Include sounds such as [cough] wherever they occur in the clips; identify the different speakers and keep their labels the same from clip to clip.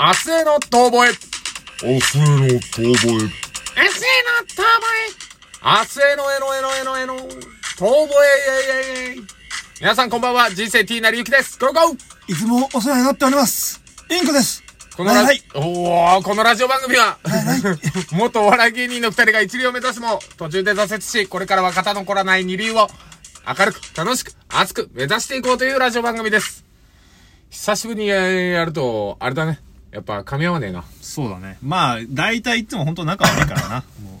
Speaker 1: 明日への遠吠え。
Speaker 2: 明日への遠吠え。
Speaker 1: 明日への遠吠え。明日へのえのえのえのえの。遠吠え、イェイイェイイェイ。皆さんこんばんは、人生 T なりゆきです。ゴーゴー
Speaker 3: いつもお世話になっております。インコです。
Speaker 1: このラジ、
Speaker 3: はい
Speaker 1: おーこのラジオ番組は、 [laughs] 元お笑い芸人の二人が一流を目指すも、途中で挫折し、これからは肩の凝らない二流を、明るく、楽しく、熱く、目指していこうというラジオ番組です。久しぶりにやると、あれだね。やっぱ噛み合わねえな。
Speaker 4: そうだね。まあ、大体いつも本当仲悪いからな。もう、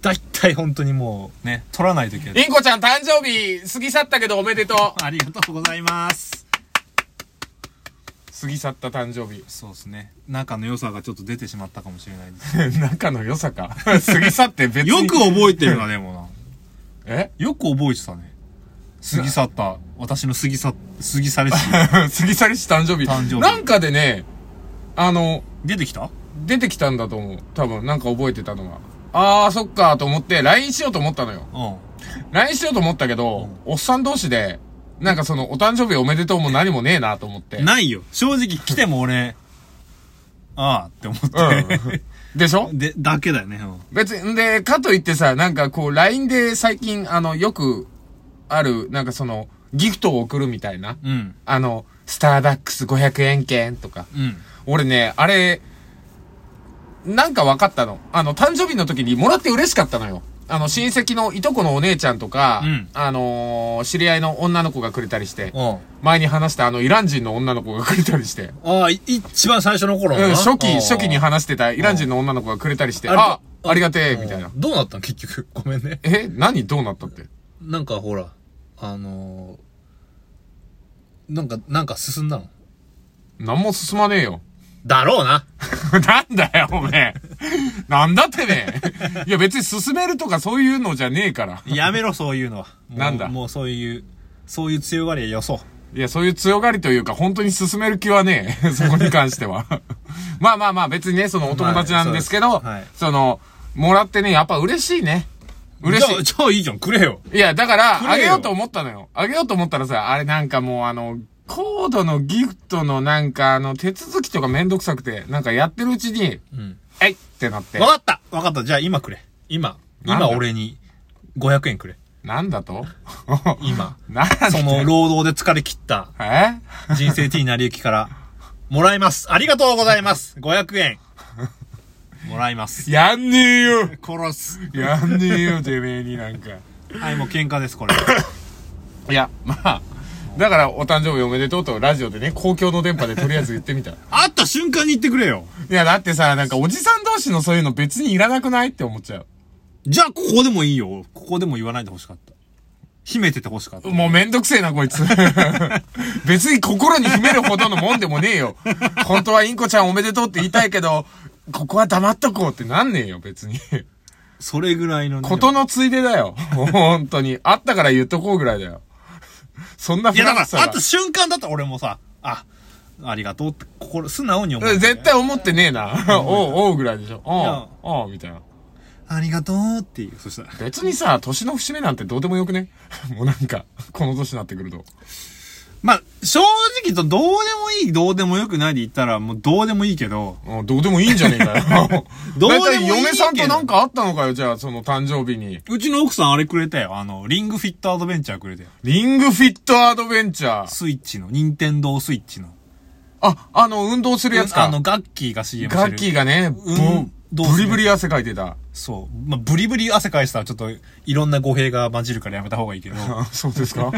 Speaker 4: 大体本当にもう、ね、取らないときは。
Speaker 1: インコちゃん誕生日過ぎ去ったけどおめでとう。
Speaker 4: ありがとうございます。
Speaker 1: 過ぎ去った誕生日。 [laughs]
Speaker 4: そうですね。仲の良さがちょっと出てしまったかもしれない
Speaker 3: [laughs]
Speaker 4: です。
Speaker 1: 仲の良さか。 [laughs] 過ぎ去って別に。
Speaker 4: よく覚えてるな、でも
Speaker 3: [laughs]
Speaker 4: な。
Speaker 1: え [laughs]
Speaker 4: よく覚えてたね。過ぎ去った。私の過ぎ去、過ぎ
Speaker 3: [laughs]
Speaker 4: 去れし。
Speaker 1: 過ぎ去りし誕生日。
Speaker 4: 誕生日
Speaker 1: なんかでね、あの、
Speaker 4: 出てきた
Speaker 1: 出てきたんだと思う。多分、なんか覚えてたのが。あー、そっかと思って、LINE しようと思ったのよ。
Speaker 4: うん。
Speaker 1: LINE しようと思ったけど、おっさん同士で、なんかその、お誕生日おめでとうも何もねえなと思って。
Speaker 4: ないよ。正直来ても俺、ああって
Speaker 1: [laughs]
Speaker 4: 思って。
Speaker 1: うん。でしょ
Speaker 4: で、だけだよね。う
Speaker 1: 別に、んで、かといってさ、なんかこう、LINE で最近、あの、よく、ある、なんかその、ギフトを送るみたいな。
Speaker 4: ん。うん。
Speaker 1: あの、スターバックス500円券とか。
Speaker 4: うん。
Speaker 1: 俺ね、あれ、なんか分かったの。あの、誕生日の時にもらって嬉しかったのよ。あの、親戚のいとこのお姉ちゃんとか、
Speaker 4: うん
Speaker 1: あのー知り合いの女の子がくれたりして、
Speaker 4: うん。
Speaker 1: 前に話したあの、イラン人の女の子がくれたりして、
Speaker 4: ああ、い一番最初の頃
Speaker 1: うん、初期、
Speaker 4: ああ
Speaker 1: 初期に話してたイラン人の女の子がくれたりして、
Speaker 4: あれ
Speaker 1: あ、ありがてえ、みたいな
Speaker 4: う。んどうなったの [laughs] 結局。ごめんね。
Speaker 1: え、何どうなったって。
Speaker 4: なんかほら、あのー、なんか、なんか進んだの
Speaker 1: 何も進まねえよ。 [laughs]
Speaker 4: だろうな。
Speaker 1: なんだよ、おめえ。なんだってね。いや、別に進めるとかそういうのじゃねえから。
Speaker 4: やめろ、そういうの
Speaker 1: [laughs]
Speaker 4: は。もう
Speaker 1: なんだ
Speaker 4: もうそういう、そういう強がりはよそう。
Speaker 1: いや、そういう強がりというか、本当に進める気はねえ。そ [laughs] こに関しては。まあまあまあ、別にね、そのお友達なんですけ
Speaker 4: ま
Speaker 1: ど、
Speaker 4: あそうですはい
Speaker 1: その、もらってね、やっぱ嬉しいね。嬉し
Speaker 4: じゃあ、じゃあいいじゃん、くれよ。
Speaker 1: い。いや、だから、
Speaker 4: れよ
Speaker 1: あげようと思ったのよ。あげようと思ったらさ、あれなんかもうあの、コードのギフトのなんかあの、手続きとかめんどくさくて、なんかやってるうちに、
Speaker 4: うん。
Speaker 1: えいってなって
Speaker 4: わ。かったわかった、じゃあ今くれ。今。
Speaker 1: なんだ
Speaker 4: 今俺に500円くれ。
Speaker 1: なんだ
Speaker 4: [laughs]
Speaker 1: と [laughs]
Speaker 4: 今。
Speaker 1: なんだ
Speaker 4: その労働で疲れ切った
Speaker 1: え
Speaker 4: 人生 T なりゆきから、もらいます。ありがとうございます。500円。もらいます。
Speaker 1: やんねえよ
Speaker 4: 殺す。
Speaker 1: やんねえよ、てめえになんか。
Speaker 4: はい、もう喧嘩です、これ。
Speaker 1: いや、まあ、だから、お誕生日おめでとうと、ラジオでね、公共の電波でとりあえず言ってみた。い
Speaker 4: 会った瞬間に言ってくれよ。
Speaker 1: や、だってさ、なんか、おじさん同士のそういうの別にいらなくないって思っちゃ
Speaker 4: じゃあ、ここでもいいよ。ここでも言わないでほしかった。秘めててほしかった
Speaker 1: う。。もうめんどくせえな、こいつ。 [laughs] 別に心に秘めるほどのもんでもねえよ。本当はインコちゃんおめでとうって言いたいけど、ここは黙っとこうってなんねえよ、別に。
Speaker 4: それぐらいのね。
Speaker 1: ことのついでだよ。 [laughs] 本当に。あったから言っとこうぐらいだよ。そんないフ
Speaker 4: や、
Speaker 1: ラ
Speaker 4: だ
Speaker 1: ン
Speaker 4: か
Speaker 1: ス
Speaker 4: ら、会った瞬間だったら俺もさ、あ、ありがとうって、心、素直に思う。
Speaker 1: 絶。対思ってねえな。おう、おうぐらいでしょ。
Speaker 4: い
Speaker 1: お
Speaker 4: や
Speaker 1: う、おう、みたいな。
Speaker 4: ありがとうっていう。そしたら、
Speaker 1: 別にさ、年の節目なんてどうでもよくね [laughs] もうなんか、この年になってくると。
Speaker 4: まあ、正直とどうでもいい、どうでもよくないで言ったら、もうどうでもいいけど、
Speaker 1: うんどうでもいいんじゃねえかよ。
Speaker 4: [laughs] どうでもい
Speaker 1: だ
Speaker 4: いけ
Speaker 1: た
Speaker 4: ど
Speaker 1: 嫁さんとなんかあったのかよ、じゃあ、その誕生日に。
Speaker 4: うちの奥さんあれくれたよ。あの、リングフィットアドベンチャーくれたよ。
Speaker 1: リングフィットアドベンチャー。
Speaker 4: スイッチの、ニンテンドースイッチの。
Speaker 1: あ、あの、運動するやつか。
Speaker 4: あの、ガッキーが CM してる。
Speaker 1: ガッキーがね、ぶ
Speaker 4: うんどうす
Speaker 1: ブ
Speaker 4: る
Speaker 1: リブリ汗かいてた。
Speaker 4: そう。まあ、ブリブリ汗かいてたらちょっと、いろんな語弊が混じるからやめた方がいい
Speaker 1: [laughs]
Speaker 4: けど。
Speaker 1: あそうですか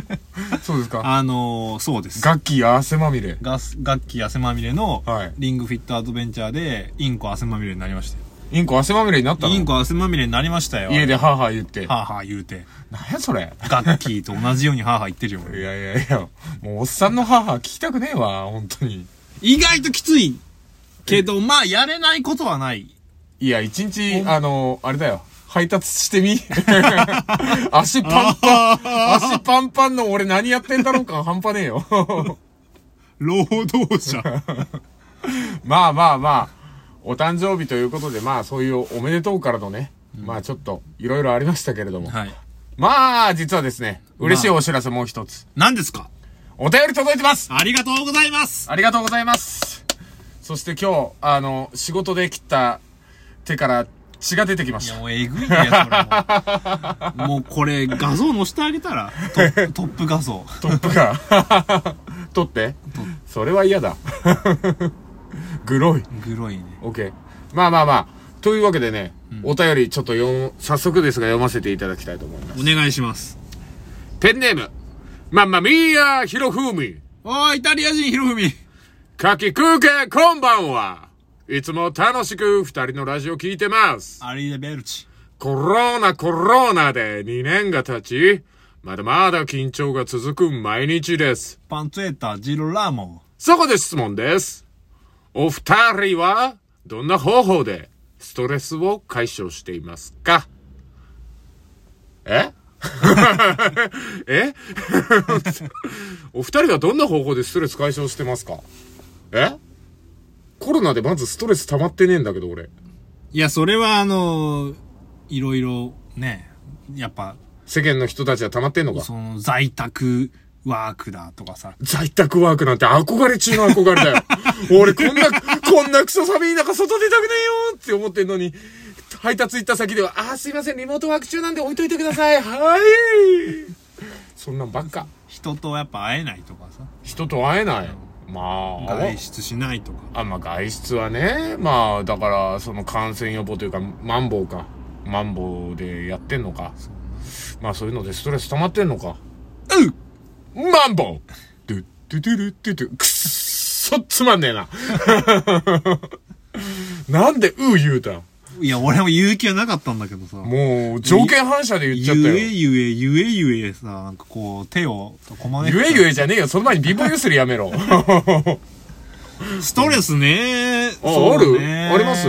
Speaker 1: そうですか
Speaker 4: あのー、そうです。
Speaker 1: ガッキー汗まみれ。
Speaker 4: ガス、楽器汗まみれの
Speaker 1: はい、
Speaker 4: リングフィットアドベンチャーで、インコ汗まみれになりましたよ。
Speaker 1: インコ汗まみれになったの
Speaker 4: インコ汗まみれになりましたよ。
Speaker 1: 家で。ハーハー言って。
Speaker 4: はあはあ言うて。
Speaker 1: なんやそれ。
Speaker 4: ガッキーと同じようにはあはあ言ってるよ。
Speaker 1: [laughs] い
Speaker 4: 俺
Speaker 1: やいやいや、もうおっさんの母聞きたくねえわ、本当に。
Speaker 4: 意外ときつい。けど、まあ、やれないことはない。
Speaker 1: いや、一日、あの、あれだよ。配達して
Speaker 4: [laughs]
Speaker 1: み足パンパン、足パンパンの俺何やってんだろうか半端ねえよ。 [laughs]
Speaker 4: 労働者。
Speaker 1: まあまあまあ、お誕生日ということで、まあそういうおめでとうからのね、まあちょっといろいろありましたけれども。
Speaker 4: [laughs] はい。
Speaker 1: まあ、実はですね、嬉しいお知らせもう一つ。
Speaker 4: 何ですか
Speaker 1: お便り届いてます
Speaker 4: ありがとうございます
Speaker 1: ありがとうございます。そして今日、あの、仕事で切った手から血が出てきま
Speaker 4: い
Speaker 1: し
Speaker 4: や、
Speaker 1: た。
Speaker 4: もうえぐいね、それ [laughs] もう。もうこれ、画像載せてあげたら、トップトップ画像。
Speaker 1: トップが。 [laughs] 取って。それは嫌だ。 [laughs] グロい。
Speaker 4: グロいね。
Speaker 1: オッケー。まあまあまあ。というわけでね、お便りちょっと読む、早速ですが読ませていただきたいと思います。
Speaker 4: お願いします。
Speaker 1: ペンネーム、マンマミーヤヒロフーミ。
Speaker 4: ああ、イタリア人ひろふみ。
Speaker 1: かきくうけ、こんばんは。いつも楽しく二人のラジオ聞いてます。
Speaker 4: アリーダ・ベルチ。
Speaker 1: コロナコロナで2年が経ち、まだまだ緊張が続く毎日です。
Speaker 4: パンツェータ、ジロラーモ。
Speaker 1: そこで質問です。お二人はどんな方法でストレスを解消していますかえ [laughs] え [laughs] お二人はどんな方法でストレス解消してますかえコロナでまずストレス溜まってねえんだけど俺。
Speaker 4: いや、それはあのーいろいろ、ね、やっぱ、
Speaker 1: 世間の人たちは溜まってんのか
Speaker 4: その、在宅ワークだとかさ。
Speaker 1: 在宅ワークなんて憧れ中の憧れ
Speaker 4: [laughs]
Speaker 1: だよ。俺こんな、こんなクソ寒い中外出たくねえよって思ってんのに、配達行った先では、あーすいません、リモートワーク中なんで置いといてください。はーい。そんなんばっか。
Speaker 4: 人とやっぱ会えないとかさ。
Speaker 1: 人と会えない。まあ、
Speaker 4: 外出しないとか。
Speaker 1: あ、まあ外出はね、まあだから、その感染予防というか、マンボウか。マンボウでやってんのか。まあそういうのでストレス溜まってんのか。うんマンボウドゥッドゥドゥルッドゥドゥくっそつまんねえな。 [laughs] なんでうー言うたん
Speaker 4: いや、俺も言う気はなかったんだけどさ。
Speaker 1: もう条件反射で言っちゃったよ。
Speaker 4: ゆえゆえ、ゆえゆえさ、なんかこう、手をこまね
Speaker 1: ゆえゆ
Speaker 4: え。
Speaker 1: えじゃねえよ。その前に貧乏ゆすりやめ
Speaker 4: [laughs]
Speaker 1: ろ。
Speaker 4: ストレスね
Speaker 1: あ、あ
Speaker 4: そう
Speaker 1: る
Speaker 4: ね
Speaker 1: あります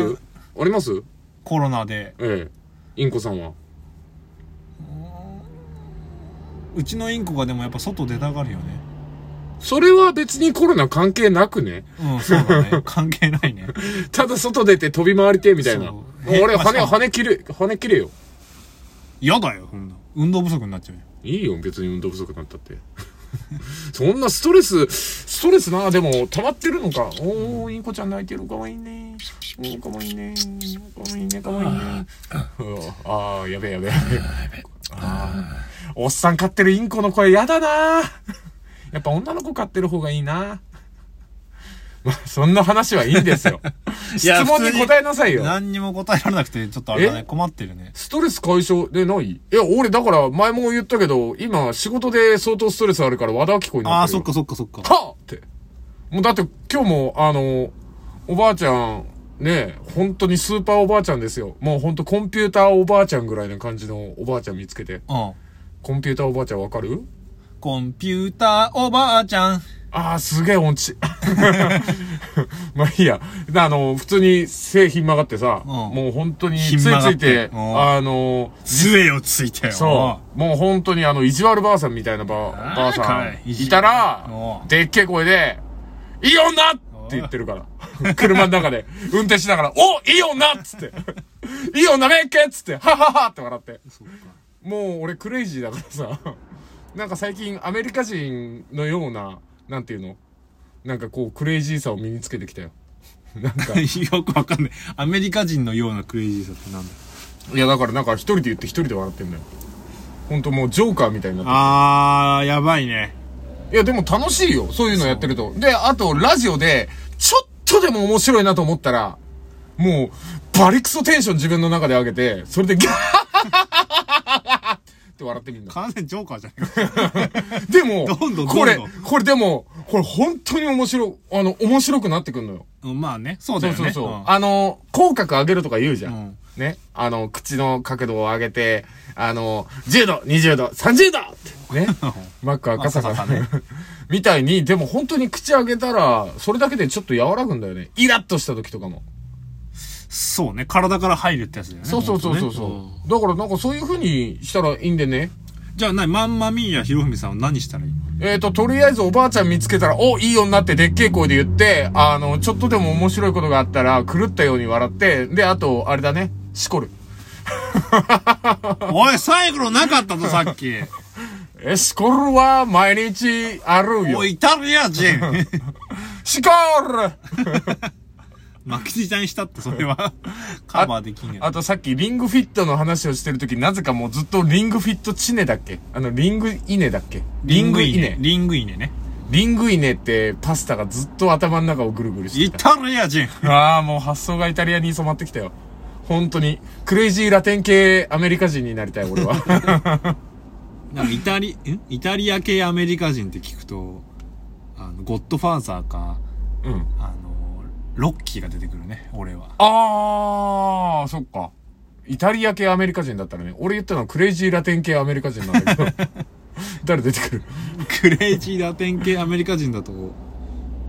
Speaker 1: あります
Speaker 4: コロナで。
Speaker 1: ええ。インコさんは。
Speaker 4: うちのインコがでもやっぱ外出たがるよね。
Speaker 1: それは別にコロナ関係なくね。
Speaker 4: うん、そうだ
Speaker 1: [laughs]
Speaker 4: ね。関係ないね。
Speaker 1: ただ外出て飛び回りてえみたいな。
Speaker 4: そう
Speaker 1: 俺、
Speaker 4: えまあ
Speaker 1: 羽、
Speaker 4: そう
Speaker 1: 羽切れ、羽切れよ。
Speaker 4: 嫌だよ、そんな。運動不足になっちゃうよ。
Speaker 1: いいよ、別に運動不足になったって。 [laughs] そんなストレス、ストレスな、でも、溜まってるのか。おー、インコちゃん泣いてる。かわいいね。おー、かわいいね。かわいいね、かわいいね。うんあー、やべえやべえやべえ。あーおっさん飼ってるインコの声やだなやっぱ女の子飼ってる方がいいなまあ、そんな話はい [laughs] いんですよ。質
Speaker 4: や
Speaker 1: 問に答えなさいよ。
Speaker 4: 何にも答えられなくて、ちょっとあれだね、
Speaker 1: え
Speaker 4: 困ってるね。
Speaker 1: ストレス解消でないいや、俺だから前も言ったけど、今仕事で相当ストレスあるから和田アキ子に
Speaker 4: あ
Speaker 1: な
Speaker 4: あ、
Speaker 1: ってる
Speaker 4: そっ
Speaker 1: よ。
Speaker 4: かそっかそっか。
Speaker 1: はっって。もうだって今日も、あの、おばあちゃん、ね本当にスーパーおばあちゃんですよ。もう本当コンピューターおばあちゃんぐらいな感じのおばあちゃん見つけて。
Speaker 4: うん。
Speaker 1: コンピューターおばあちゃんわかる
Speaker 4: コンピューターおばあちゃん。
Speaker 1: ああ、すげえ音痴。 [laughs] まあいいや。あの、普通に製品曲がってさ、
Speaker 4: ん
Speaker 1: もう本当につい
Speaker 4: ひ
Speaker 1: つ
Speaker 4: ん曲がっ
Speaker 1: い
Speaker 4: て
Speaker 1: て、
Speaker 4: うん
Speaker 1: あの、
Speaker 4: 杖をついたよ。
Speaker 1: そう。もう本当にあの、意地悪ばあさんみたいなば
Speaker 4: あー
Speaker 1: ばあ
Speaker 4: か
Speaker 1: さ
Speaker 4: わい
Speaker 1: ん
Speaker 4: い
Speaker 1: いたら
Speaker 4: お、う
Speaker 1: でっけえ声で、いい女って言ってるから。車の中で、運転しながら、おいい女っつって。いい女めっけっつって、はははって笑って。もう俺クレイジーだからさ、なんか最近アメリカ人のような、なんていうのなんかこうクレイジーさを身につけてきたよ。なんか、
Speaker 4: う。 [laughs] よくわかんない。アメリカ人のようなクレイジーさってなんだ
Speaker 1: いやだからなんか一人で言って一人で笑ってんだよ。ほんともうジョーカーみたいになってる
Speaker 4: あー、やばいね。
Speaker 1: いや、でも楽しいよ。そういうのやってると。で、あと、ラジオで、ちょっとでも面白いなと思ったら、もう、バリクソテンション自分の中で上げて、それで、ギャー [laughs] って笑ってみるんだ。
Speaker 4: 完全ジョーカーじゃねえか。
Speaker 1: でも、
Speaker 4: どんどんどんどん
Speaker 1: これ、これでも、これ本当に面白、あの、面白くなってくんのよ。
Speaker 4: うんまあね。そうだ
Speaker 1: そう
Speaker 4: よね。
Speaker 1: そうそう。
Speaker 4: ん
Speaker 1: あの、口角上げるとか言うじゃん。
Speaker 4: うん
Speaker 1: ね。あの、口の角度を上げて、あの、10度、20度、30度って [laughs] ね。マック赤坂
Speaker 4: 赤
Speaker 1: さん
Speaker 4: 坂
Speaker 1: ね
Speaker 4: ね。
Speaker 1: [laughs] みたいに、でも本当に口上げたら、それだけでちょっと和らぐんだよね。イラッとした時とかも。
Speaker 4: そうね。体から入るってやつだよね。
Speaker 1: そうそうそうそう。
Speaker 4: 本当ねん
Speaker 1: そうだからなんかそういう風にしたらいいんでね。
Speaker 4: じゃあ、なに、まんまみーやひろふみさんは何したらいいの
Speaker 1: えー、と、とりあえずおばあちゃん見つけたら、お、いいよになってでっけえ声で言って、あの、ちょっとでも面白いことがあったら、狂ったように笑って、で、あと、あれだね、しこる。
Speaker 4: おい、最後のなかったぞ、さ
Speaker 1: [laughs]
Speaker 4: っき。
Speaker 1: え、しこるは毎日あるよ
Speaker 4: おい、。イタリア人。
Speaker 1: しこる
Speaker 4: [laughs] 巻き舌にしたってそれはカバーできんや
Speaker 1: あ
Speaker 4: ろ。
Speaker 1: とさっきリングフィットの話をしてるとき、なぜかもうずっとリングフィットチネだっけあの、リングイネだっけリングイネ。
Speaker 4: リングイネね。
Speaker 1: リングイネってパスタがずっと頭の中をぐるぐる
Speaker 4: イ
Speaker 1: してた。
Speaker 4: タリア人。
Speaker 1: ああ、もう発想がイタリアに染まってきたよ。本当に。クレイジーラテン系アメリカ人になりたい、俺 [laughs] は。
Speaker 4: なんかイタリ、んイタリア系アメリカ人って聞くと、あの、ゴッドファーザーか、
Speaker 1: うん。
Speaker 4: あの、ロッキーが出てくるね、俺は。
Speaker 1: あー、そっか。イタリア系アメリカ人だったらね。俺言ったのはクレイジーラテン系アメリカ人なんだ [laughs] けど。誰出てくる
Speaker 4: クレイジーラテン系アメリカ人だと、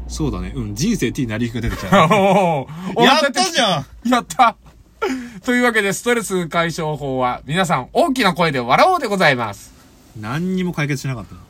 Speaker 4: そうだね、うん、人生 T なりゆきが出て
Speaker 1: [laughs]
Speaker 4: きた。
Speaker 1: おー
Speaker 4: [laughs] やったじゃん
Speaker 1: んやったというわけで、ストレス解消法は、皆さん大きな声で笑おうでございます。
Speaker 4: 何にも解決しなかったな。